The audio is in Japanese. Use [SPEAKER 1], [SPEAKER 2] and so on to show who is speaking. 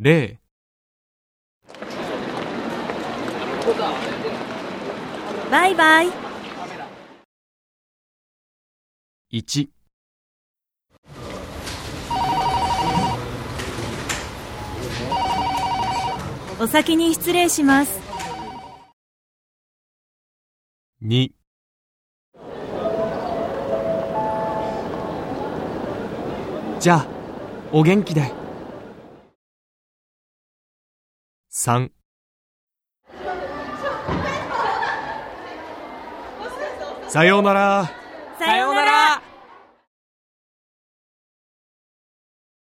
[SPEAKER 1] 0、
[SPEAKER 2] バイバイ。
[SPEAKER 1] 1、
[SPEAKER 2] お先に失礼します。
[SPEAKER 1] 2、じゃあ、お元気で。3、さようなら。
[SPEAKER 2] さようなら。